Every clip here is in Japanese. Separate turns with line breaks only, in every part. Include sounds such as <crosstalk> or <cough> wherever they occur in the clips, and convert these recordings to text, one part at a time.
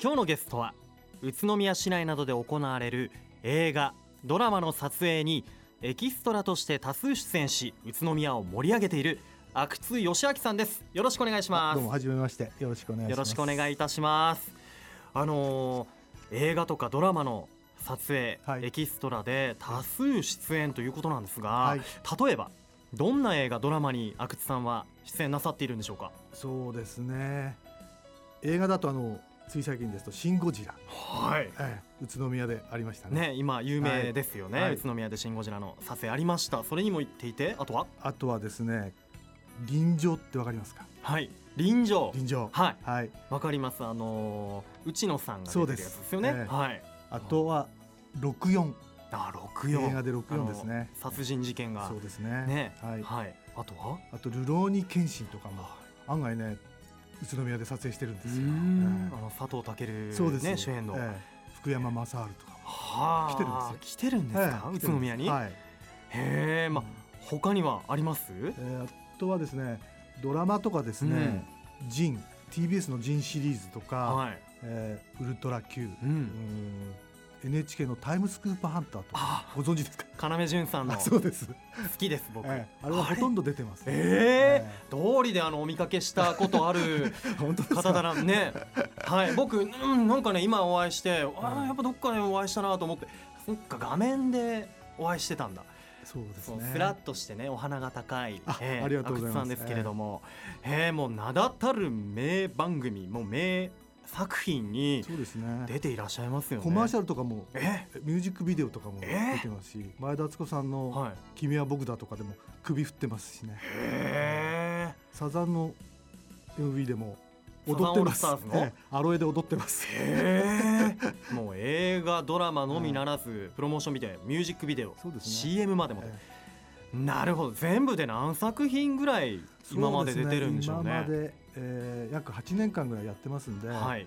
今日のゲストは宇都宮市内などで行われる映画ドラマの撮影にエキストラとして多数出演し宇都宮を盛り上げている阿久津義明さんですよろしくお願いしま
ど
す
うも初めましてよろしくお願いします
よろしくお願いいたしますあのー映画とかドラマの撮影、
はい
エキストラで多数出演ということなんですが、
はい
例えばどんな映画ドラマに阿久津さんは出演なさっているんでしょうか
そうですね映画だとあのつい最近ですとシンゴジラ、
はい
ええ、宇都宮でありましたね
ね、今有名ですよね、
はい
宇都宮で「シン・ゴジラ」の撮影ありましたそれにも行っていてあとは
あとはですね臨場ってわかりますか
はい臨場
臨場
はい
はい
わかりますあのー内野さんが出てるやつですよね
そうですええ
はい
あとは六四
あ
映
64
画で六四ですね
あの殺人事件が
そうですね
ね
はい、
はい、あとは
あとルローニケンシンとかも案外ね宇都宮で撮影してるんですよ、
うんあ
え
の佐藤
えそうで
健、
す
ね、主演の、
ええ福山雅治とかも
はあ
来てるんで
来
す
てるんですか、
ええ
宇都宮に、
はい
へえまあ他にはあります
えーあとはですねドラマとかですね「ジン TBS の「ジンシリーズとか「
はい
えーウルトラ Q」
う
うんん NHK の「タイムスクープハンター」とか
あ
ご存知ですか
要潤さんの
あ
好
<laughs> そうです、
きです僕、
えーあれはほとんど出てます、
ええ
え
通りであのお見かけしたことあ
<laughs>
る
ー本当です
方だ
か
なねはい僕、うん、なんかね今お会いしてあ
は
ー
い
やっぱどっかでお会いしたなと思ってそっか画面でお会いしてたんだ
そうです
そう
ね
スラッとしてねお花が高い
あ
ええ
ありがとうござい
阿久津
ます
さんですけれども、ええもう名だたる名番組もう名作品に
そうですね
出ていらっしゃいますよね
コマーシャルとかも
え
ミュージックビデオとかも
え
出
ー
てますし、前田敦子さん
え
の
はい
「君は僕だ」とかでも首振ってますしね
へ
サザンの MV でも踊ってます
サザンオールスターズの
ええアロエで踊ってます
えへえもう映画ドラマのみならず、プロモーションビデオミュージックビデオ、
そうですね
CM までも、
ええ
なるほど全部で何作品ぐらい今まで出てるんでしょう
今ま
ね
で、えー約8年間ぐらいやってますんで、
はい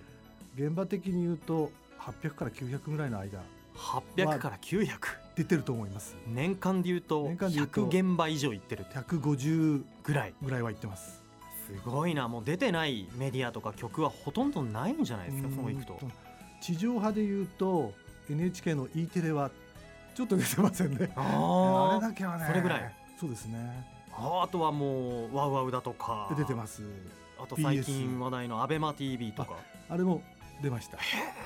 現場的に言うと800から900ぐらいの間
800から900
出てると思います
年間で言うと
年間で言うと
100現場以上行ってるって
150
ぐらい
ぐらいは行ってます
すごいなもう出てないメディアとか曲はほとんどないんじゃないですかそういくと
うーんと地上波で言うと NHK の E テレはちょっと出てませんね
あ
あれ
ー
だけはね
それぐらい
そうですね
ああとはもう「ワウワウだとか
出てます
あと最
BS
近話題の「アベマ t v とか
あれも出ました、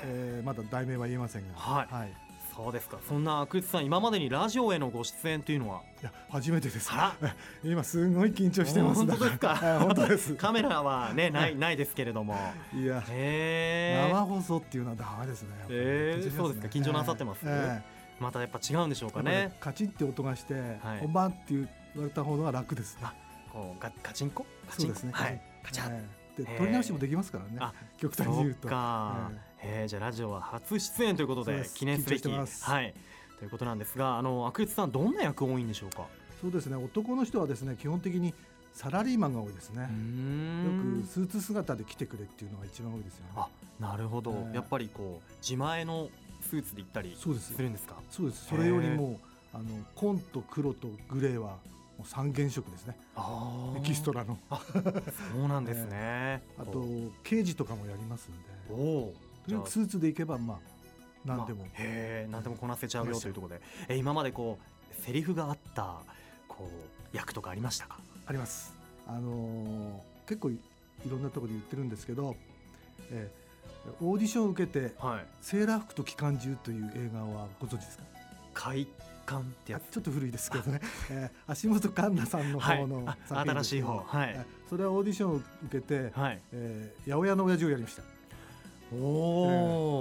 えーまだ題名は言えませんが
はい
はい、い
そうですかそんな阿久津さん今までにラジオへのご出演というのは
や初めてです
あら
今すごい緊張してます
本当ですか
はい本当
<laughs>
です
カメラは
<laughs>
ねないないですけれども
いや
へえ
生放送っていうのはダメですね。
えー
やっぱり
そうですか緊張なさってます
え
またやっぱ違うんでしょう
え
か
やっぱ
ね
りカチンって音がして、
はい
本番って言われた方が楽です。
あこうガガチンコガ
そ
チ
う
ン
で
コ
すね。
はいガチャ
ええ
へえ
で、取り直しもできますからね
あ。
極端に
そ
言
う
うと。
か、えーじゃあラジオは初出演ということ
そう
で
です
記念すべ
緊張し
き
てます
はいということなんですがあの阿久津さんどんな役多いんでしょうか
そうですね。男の人はですね、基本的にサラリーマンが多いですね
うー。
よ
ん
くスーツ姿で来てくれっていうのが一番多いですよね。
あなるほど、
ええ
やっぱりこう自前のスーツで行ったり
そうです
するんですか
そうです。それよりもあの紺と黒とグレーはもう三原色ですね。
あ
エキスト
ラ
ラの。
そうなんですね、
あと刑事とかもやりますんで。
おお
とにかくスーツで行けばまあ何でも、
まあへえ何でもこなせちゃうよというところでえ今までこうセリフがあったこう役とかありましたか
あります。あのー結構いいろんなところで言ってるんですけど、えーオーディションを受けて
はい
セーラー服と機関銃という映画はご存知ですか？
快感ってや
あ
つ
ちょっと古いですけど
<laughs>
ね。えー足元環奈さんの方の
はいあ
作品で
新
す
しい方はい
えーそれはオーディションを受けて、
はい
えー八百屋の親父をやりました。
お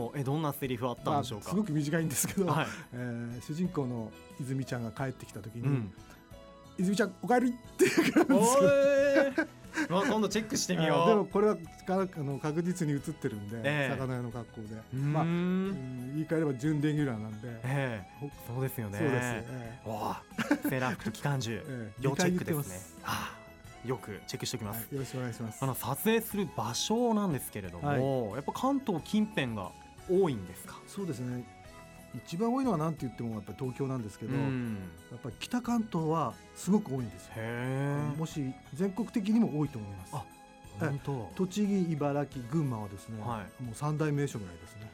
お、えどんなセリフあったんでしょう
まあ
か、
すごく短いんですけど、
はい、
えー主人公の泉ちゃんが帰ってきた時に、
うん、
泉ちゃんお帰りっていう感じ
お
ですけど。
ー <laughs> まあ今度チェックしてみ
あで
よ
もこれはかあの確実に映ってるんで、
ええ
魚屋の格好で、
ううーん、
まあ、うん言い換えれば準レギュラーなんで、
ええ
ほ
そうですよね
そうです、え
おおセーラー服と機関銃、
<laughs> えええ
要チェックで
二回言ってます
ね
す
ああよくチェックしておき
え
ま
は
す、
い、よろしくお願いします
あの撮影する場所なんですけれども、やっぱ関東近辺が多いんですか
そうですね一番多いのはなんて言ってもやっぱり東京なんですけど、
う
や
ん
っぱり北関東はすごく多いんですよ
へえ
もし全国的にも多いと思います
あ本当
栃木茨城群馬はですね、
は
もう三大名所ぐらいですね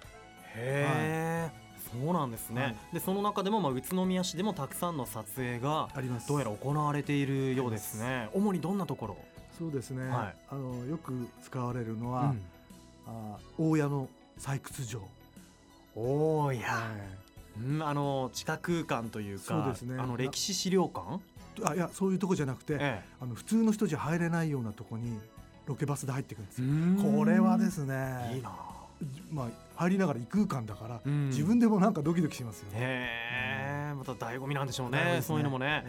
へえ、そうなんですね、
はい
でその中でも、まあ、宇都宮市でもたくさんの撮影が
あります
どうやら行われているようですね主にどんなところ、
そうですね、
はい
あのよく使われるの
う
は、
ん、
あ大家の採掘場、
おーいや、
はい
うん、あの地下空間というか
そうですね
あの歴史資料館、
あいやそういうとこじゃなくて、
え
あの普通の人じゃ入れないようなとこにロケバスで入っていくんです
え
よ、これはですすね
いいな、
じまあ、入りながら異空間だから、
うん
自分でもなんかドキドキしますよね。
へえまた醍醐味なんでしょうね
なるほどです
そういうのもね、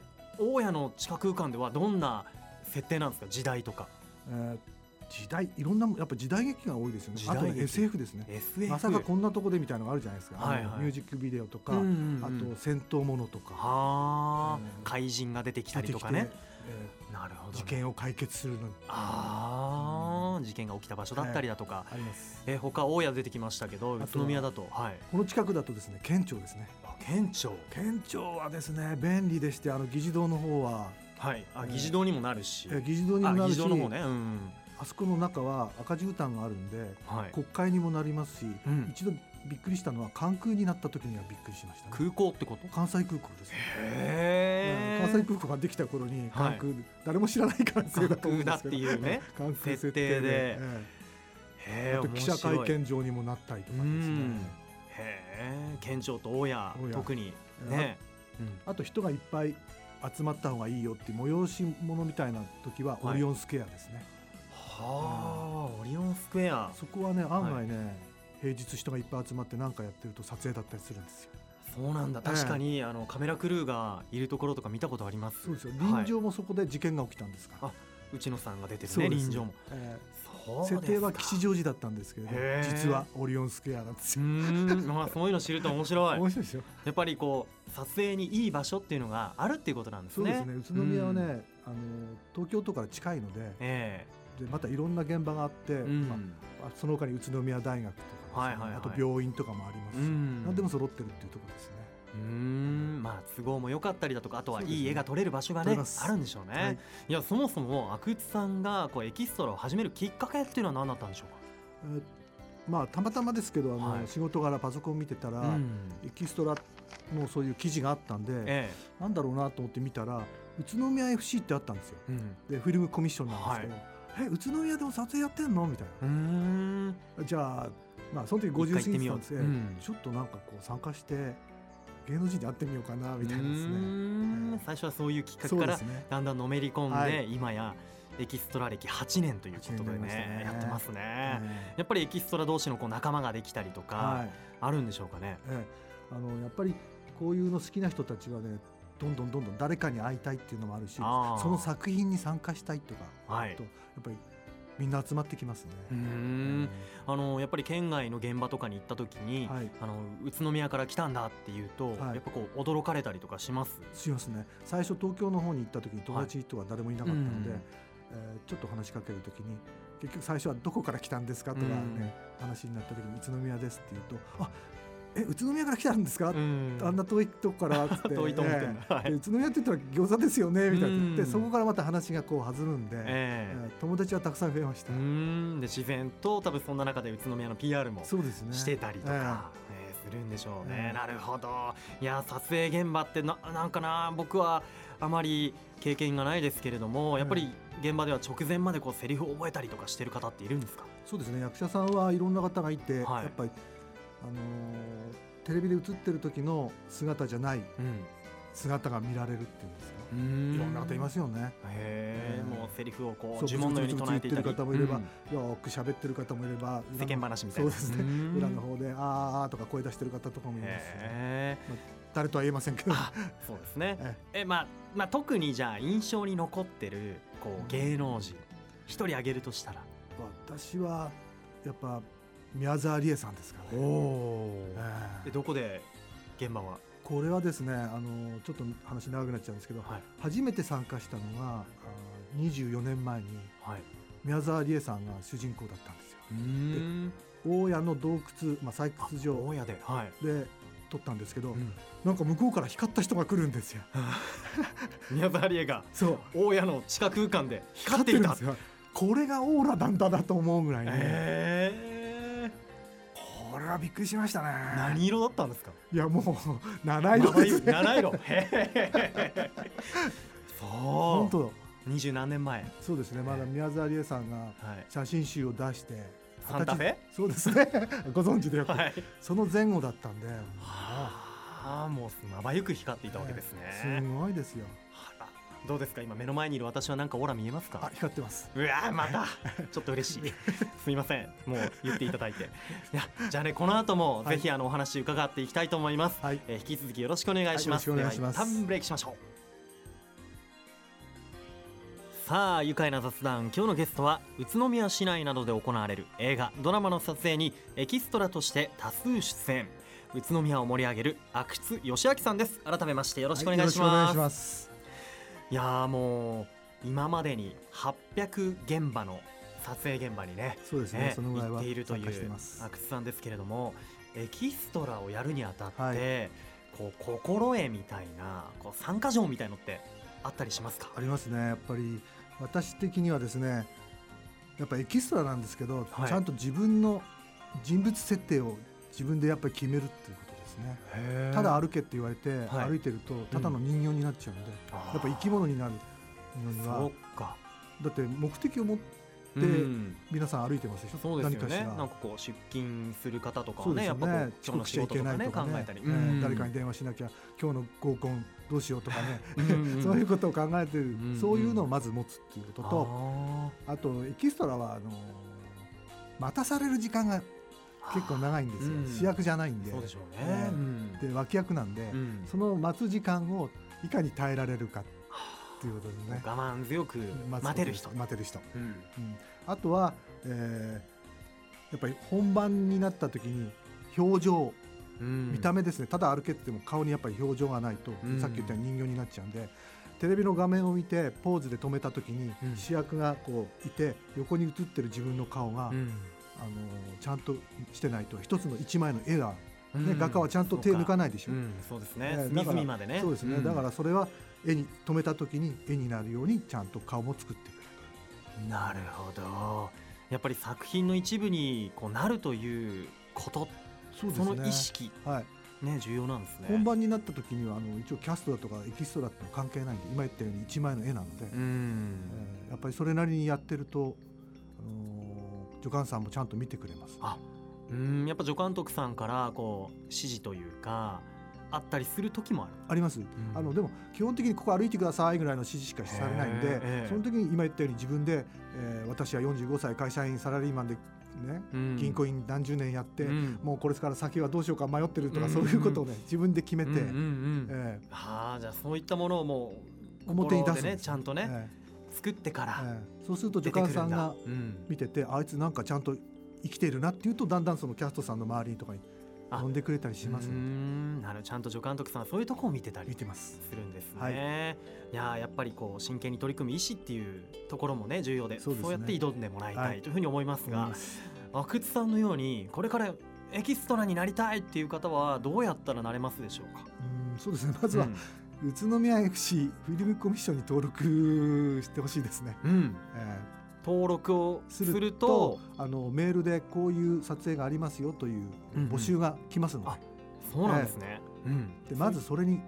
え大家の地下空間ではどんな設定なんですか時代とか
ええー時代いろんなもやっぱ時代劇が多いですよね
時
あ
代
と
劇
ね SF ですね
SF
まさかこんなとこでみたいなのがあるじゃないですか、
はいはい
あのミュージックビデオとか、
うんうんうん
あと戦闘ものとか
はあ、
うん
怪人が出てきたりとか
出
ね
てきてえ
なるほど
ー
ね
事件を解決するのに
ああ事件が起きた場所だったりだとか、
あります
え他大家出てきましたけど
あと
宇
は
都宮だとはい
この近くだとですね県庁ですね
あ県庁
県庁はですね便利でしてあの議事堂の方は
はいあ
えー
議事堂にもなるし、
えー議事堂にも
あ
な
議
る
事
し
堂の方ねうん
あそこの中は赤字タンがあるんで
はい
国会にもなりますし、
ん
一度びっくりしたのは関空になった時にはびっくりしました、ね、
空港ってこと
関西空港ですね、
へ
うん関西空港ができた頃に関空、誰も知らない関西だと思うん
関空だ
ですけど
っていうね
<laughs> 関空設定
設定
で
で
ええ
へ
あ
え
と記者会
へ
見場にもなったりとかです
う
ね
んえ県庁と大家
大家
特に
えー
ね
あと人がいっぱい集まった方がいいよっていう催し物みたいな時は
はい
オリオンスケアですね、
はあオリオンスクエア
そこはね案外ね、平日人がいっぱい集まって何かやってると撮影だったりするんですよ
そうなんだ
ええ
確かに、あのカメラクルーがいるところとか見たことあります
そうですよ
はい
臨場もそこで事件が起きたんですから、
あ内野さんが出てる
そう
ね
です
臨場も
ええ
そうです
設
か
定は吉祥寺だったんですけれど
へー
実はオリオンスクエアなんです
う
よ、
ーんまあそういうの知ると面白い
面白いですよ
やっぱりこう撮影にいい場所っていうのがあるっていうことなんです
そう
ね
ですね宇都宮はね、
うん
あの東京とかから近いので
え
でまたいろんな現場があって、
えうん
まあ、その他に宇都宮大学とかですね、
はいはいはい
あと病院とかもあります
う
し、
ん
何でも揃ってるっていうところですね、
うーんまあ都合も良かったりだとかあとは
そうです
いい
ね
絵が撮れる場所が
撮
ね
れます
あるんでしょうね、
はいい、
やそもそも阿久津さんがこうエキストラを始めるきっかけっていうのは何だったんでしょ
えーまあたまたまですけどあの、
はい
仕事柄パソコン見てたら、
うか、うん
エキストラのそういう記事があったんで
え
なんだろうなと思って見たら宇都宮 FC ってあったんですよ
えうん
でフィルムコミッションなんですけど、え宇都宮でも撮影やってんのみたいな
うーん
じゃあ、まあ、その時
一回
50
行
過
って
ぎ
み
て
よ
た
うん
ですね、
うん
ちょっとなんかこう参加して芸能人で会ってみようかなみたいなです
う
ね
ーん
ええ
最初はそういうきっかけ
そう
か
で
ら
すね
だんだんのめり込んで、
はい
今やエキストラ歴8年ということで
8年
ね
になりましたね
やってますね、
ええ
やっぱりエキストラ同士のこう仲間ができたりと
は
か
い
あるんでしょうかね、
ええあのやっぱりこういうの好きな人たちはねどんどんどんどん誰かに会いたいっていうのもあるしそ
あー
の作品に参加したいとか、
はい
あとやっぱりみんな集まってきますね。
うーん
え
あのやっぱり県外の現場とかに行った時
え
に、
はい
あの宇都宮から来たんだっていうと、
はい
やっぱこう驚かれたりとかします
しますね最初東京の方に行った時に友達とは誰もいなかったので、
はいうん
えーちょっと話しかける時に結局最初は「どこから来たんですか?」とか、ね話になった時に「宇都宮です」って言うと「あえ宇都宮から来たんですか
うん
あんな遠いとこからっつって
<laughs> 遠いと思ってんだ、は
えーで
い
宇都宮って言ったら餃子ですよねみたいな言って、
うん
そこからまた話がこう弾むんで、
ええ
えー友達はたくさん増えました、
うーんで自然と多分そんな中で宇都宮の PR も
そうですね
してたりとか、えーするんでしょうね、
ええ
なるほどいや撮影現場ってななんかな僕はあまり経験がないですけれどもやっぱり現場では直前までこうセリフを覚えたりとかしてる方っているんですか
そうですね役者さんはいろんな方がいて、
はい
やっぱり、あのーテレビで映ってる時の姿じゃない
うん
姿が見られるっていうんですか、
い
いろんな方いますすよね
へえ、
うん
もうセリフをこう
そ
呪
う
文のように唱えていたり
ブツブツブツ言ってる方もいれば
うん
よく喋ってる方もいれば
世間話みたいな
そうです
う
ね
ん
裏の方で「あーあー」とか声出してる方とかもいますし、
へえ
誰とは言えませんけど
あそうですね
え
えまあまあ特にじゃあ印象に残ってるこう芸能人一人挙げるとしたら
私はやっぱ宮沢りえさんですかね、
お
ええ
でどこで現場は
これはですねあのちょっと話長くなっちゃうんですけど、
はい
初めて参加したのがあー24年前に
はい
宮沢りえさんが主人公だったんですよ
うん
大家の洞窟、まあ、採
あ
掘場
大家ではい
で撮ったんですけど、なんか向こうから光った人が来るん
<laughs>
ですよ。
宮沢りえが
そう <laughs>
大家の地下空間で光っていた
ですよ。これがオーラなんだなと思うぐらいね、
え
これは <laughs> びっくりしましたね
ー、何色だったんですか
いやもう <laughs> 七色ですね
七色へえそ
本
う
当だ
二十何年前
そうですねまだ宮沢りえさんが
はい
写真集を出して
サンタフェ
二十歳そうですね <laughs> ご存知でよく、
はい
その前後だったんで
ああもうまばゆく光っていたわけですね、
はいすごいですよ
あどうですか今目の前にいる私はなんかオーラ見えます
あ
か
光ってます
うわーまたちょっと嬉しいすみませんもう言っていた <laughs> だいていやじゃあねこの後も
はい
ぜひあのお話伺っていきたいと思います、
はい
えー引き続きよろしくお願いします,、
はいよろしくお願いし
で
ます
は一旦ブレイクしましょうさあ愉快な雑談今日のゲストは宇都宮市内などで行われる映画ドラマの撮影にエキストラとして多数出演宇都宮を盛り上げる阿久津義明さんです改めましてよろしくお願いし
はよろ
ま
し
す
くお願いします
いやーもう今までに800現場の撮影現場にね
そうですね
ね
そのぐらい
行っ
は
ているとい
参加して
う
ます
阿久津さんですけれどもエキストラをやるにあたって、
は
こう心得みたいなこう参加条みたいのってあったりしますか
ありますねやっぱり私的にはですねやっぱエキストラなんですけど、
はい
ちゃんと自分の人物設定を自分でやっぱり決めるっていうことですねただ歩けって言われて、
はい
歩いてるとただの人形になっちゃうんで、
あー
やっぱ生き物になるのに
そ
は
うか
だって目的を持って
うん
皆さん歩いてますでしょ、
そうですよ
何かし
ね
ら
なんかこう出勤する方とかは
そう
ね
です
や
よ
っぱこう
ね
今日
遅
の
刻し
仕
ちゃい
事
け
と
な
か
い
ね
とか
考
ね
えたり、
ね
うん
誰かに電話しなきゃ今日の合コンどうしようとかね、
<laughs> うん
<laughs> そういうことを考えてる、
んうん
そういうのをまず持つっていうことと、
あ
あとエキストラはあの待たされる時間が
ー
結構長いんですよ、
うん
主役じゃないんで
そうでしょうね、
ね
うん
で脇役なんで、
うん
その待つ時間をいかに耐えられるかっていうことですね
我慢強く
つこと
待てる人、
待てる人、
うん
うんあとは、えーやっぱり本番になった時に表情見た目ですね、ただ歩けても顔にやっぱり表情がないと、
うん
さっき言ったように人形になっちゃうんでテレビの画面を見てポーズで止めた時に、
うん
主役がこういて横に映ってる自分の顔が、
うん
あのちゃんとしてないと一つの一枚の絵が、ね
うん
画家はちゃんと手抜か
な
ないでしょ、
うん、そうですね
ね
隅
だから
々までね
そうですね、
ん
だからそれは絵に止めた時に絵になるようにちゃんと顔も作ってくれる
なるほどやっぱり作品の一部にこうなるということ
そ
の意識
はい、
ね重要なんですね
本番になった時にはあの一応キャストだとかエキストラってのは関係ないんで今言ったように一枚の絵なので、
う
え
ん
ーやっぱりそれなりにやってると、あのー助監さんもちゃんと見てくれます
あうんやっぱ助監督さんからこう指示というかあったりする時もある
あります、
ん
あのでも基本的にここ歩いてくださいぐらいの指示しかされないん
へー
で、
ええ
その時に今言ったように自分で、えー私は45歳会社員サラリーマンで、ね
うん
銀行員何十年やって、
うん
もうこれから先はどうしようか迷ってるとか、
うん
そういうことをね自分で決めて、
うんうんうん
え
ああじゃあそういったものをも
ー
う
表に出す
心
ん
で
で
ねちゃんとね、
え
作ってか
え
ら
ええそうすると
出
助
てく
監
るんだ
さんが
うん
見ててあいつなんかちゃんと生きてるなっていうとだんだんそのキャストさんの周りにとかに
あ
呼んでくれたりします
うー
ので
んなるちゃんと助監督さんはそういうとこを見てたり
見てます。
するんですね、、
はい
やーやっぱりこう真剣に取り組む意思っていうところもね重要でそ
そううですね
やって挑んでもらいた
はいい
というふうに思います
思い
が
ます
阿久津さんのようにこれからエキストラになりたいっていう方はどうやったらなれますでしょうか
うんそうですねまずは、宇都宮 FC フィルムコミッションに登録してほしいですね、
うんうん
え
登録を
ー
す
す
ると
るとあのメールでこういう撮影がありますよという
うんうん
募集が来ますので,、
あそうなんですね、うん
でまずそれに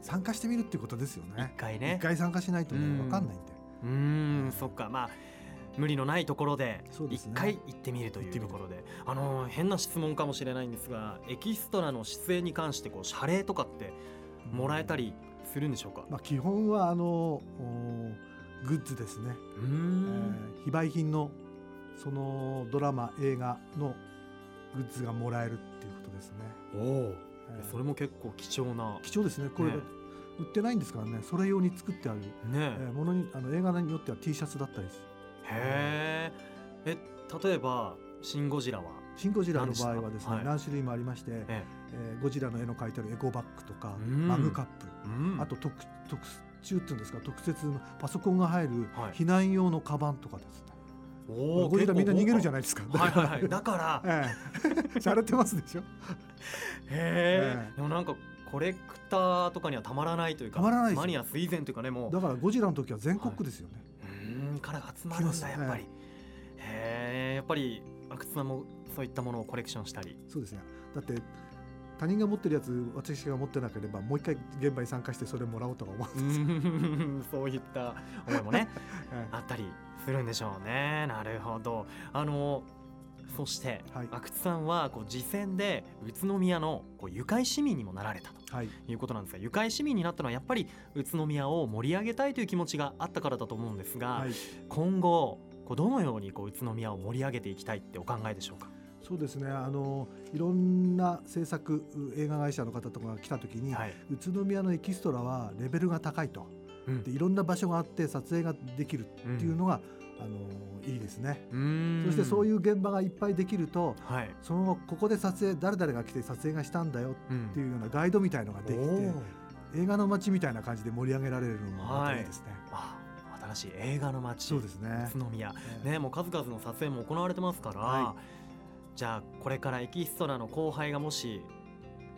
参加してみるっていうことですよ
一
ね
回
一
ね
回参加しないと
うん
ね分かんないんで、
うーんそっかまあ無理のないところで
そうで
一
すね
回行ってみるとい
行
う
って
と
みる
ころで、あのー変な質問かもしれないんですがエキストラの出演に関してこう謝礼とかってもらえたりするんでしょうか、
まあ、基本はあのおグッズですね、
うーん
えー非売品のそのドラマ映画のグッズがもらえるっていうことですね、
おお
えー
それも結構貴重な
貴重ですねこれ、
ね
売ってないんですからねそれ用に作ってある、
ね
えーものにあの映画によっては T シャツだったりし
へええ例えば「シン・ゴジラは」
シン・ゴジラの場合はですね
はい
何種類もありまして、え
え
ーゴジラの絵の描いてあるエコバッグとか
うん
マグカップ、
えうん
あと特特注っていうんですか特設のパソコンが入る
はい
避難用のカバンとかですね、
お
ゴジラみんな逃げるじゃ
ない
ないですか。
はいはいはいだから
ええ <laughs> しゃれてますでしょ
へ
え
え。でもなんかコレクターとかにはたまらないというか、
たまらないです
マニア垂前というかねもう。
だからゴジラの時は全国区ですよね、
うーうんから集まるん
来ます
だ
ね
やっぱり、へえやっぱり阿久津さんもそういったものをコレクションした
<laughs>
り
そうですねだって他人が持ってるやつ私が持ってなければもう一回現場に参加してそれもらおうとか思う、
うーんそういった思いも
<laughs>
ねあ
は
ったりするんでしょうねなるほどあのそして、
はい
阿久津さんはこう次戦で宇都宮のこう愉快市民にもなられたと
いはい、
いうことなんですが愉快市民になったのはやっぱり宇都宮を盛り上げたいという気持ちがあったからだと思うんですが、
はい
今後こうどのようにこう宇都宮を盛り上げていきたいってお考えでしょうか、
そうですねあのいろんな制作う映画会社の方とかが来た時に、
はい
宇都宮のエキストラはレベルが高いと
うん
でいろんな場所があって撮影ができるっていうのが、あのいいですね、
うん
そしてそういうう現場がいっぱいできると
はい、
その後ここで撮影誰々が来て撮影がしたんだよ
うん
っていうようなガイドみたいのができて
おー
映画の街みたいな感じで盛り上げられるのもまたいいですね、
あ新しい映画の街
そうですね
宇都宮
ええ
ねもう数々の撮影も行われてますから、
は
じゃあこれからエキストラの後輩がもし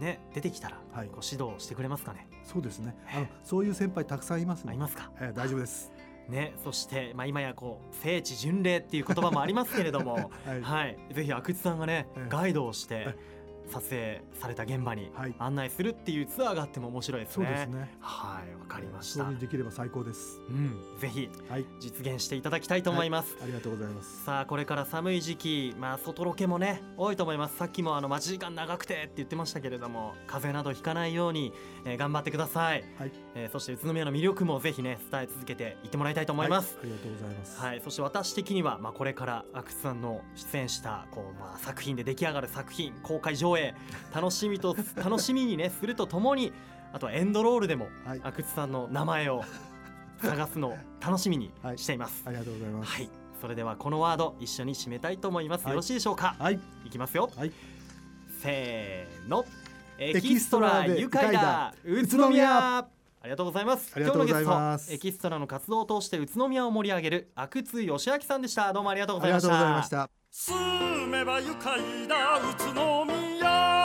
ね出てきたら、
はい
こう指導してくれますかね
そうですねあのそういう先輩たくさんいますの
あ
で
りますか
ええ大丈夫です、
ねそしてまあ今やこう聖地巡礼っていう言葉もありますけれども
<laughs> はい
はいぜひ阿久津さんがね
ええ
ガイドをし
は
て
い
撮影された現場に
はい
案内するっていうツアーがあっても面白いです
そう
ね
ですね
はいわかりまし
そ
た
ういうふうにできれば最高です
うんぜひ
はい
実現していただきたいと思います、
ありがとうございます
さあこれから寒い時期、まあ、外ロケもね多いと思いますさっきもあの待ち時間長くてって言ってましたけれども風邪などひかないように、えー頑張ってください、
はい
えーそして宇都宮の魅力もぜひね伝え続けていってもらいたいと思います、
はありがとうございます
はいそして私的には、まあ、これから阿久津さんの出演したこう、まあ、作品で出来上がる作品公開上映楽しみと楽しみにねするとともにあとはエンドロールでも
はい
阿久津さんの名前を
<laughs>
探すのを楽しみにしています、
ありがとうございます
はい、それではこのワード一緒に締めたいと思います。
はい
よろしいでしょうか。
はい
いきますよ。
はい
せーの。エキ
キ
ス
ス
ト
ト
ラ
ラ
愉
愉
快
快
だ
だ
宇
宇
都宮
都宮
ありがとうございます
ありがとうござ
今
い
日の
ま
ゲス
す
トエキストラの活動を通して宇都宮を盛り上げる阿久津義明さんでしたどうもありがとうご
あ
ざい
り
ま
が
し
とうござい
た
ました
住めば愉快だ宇都宮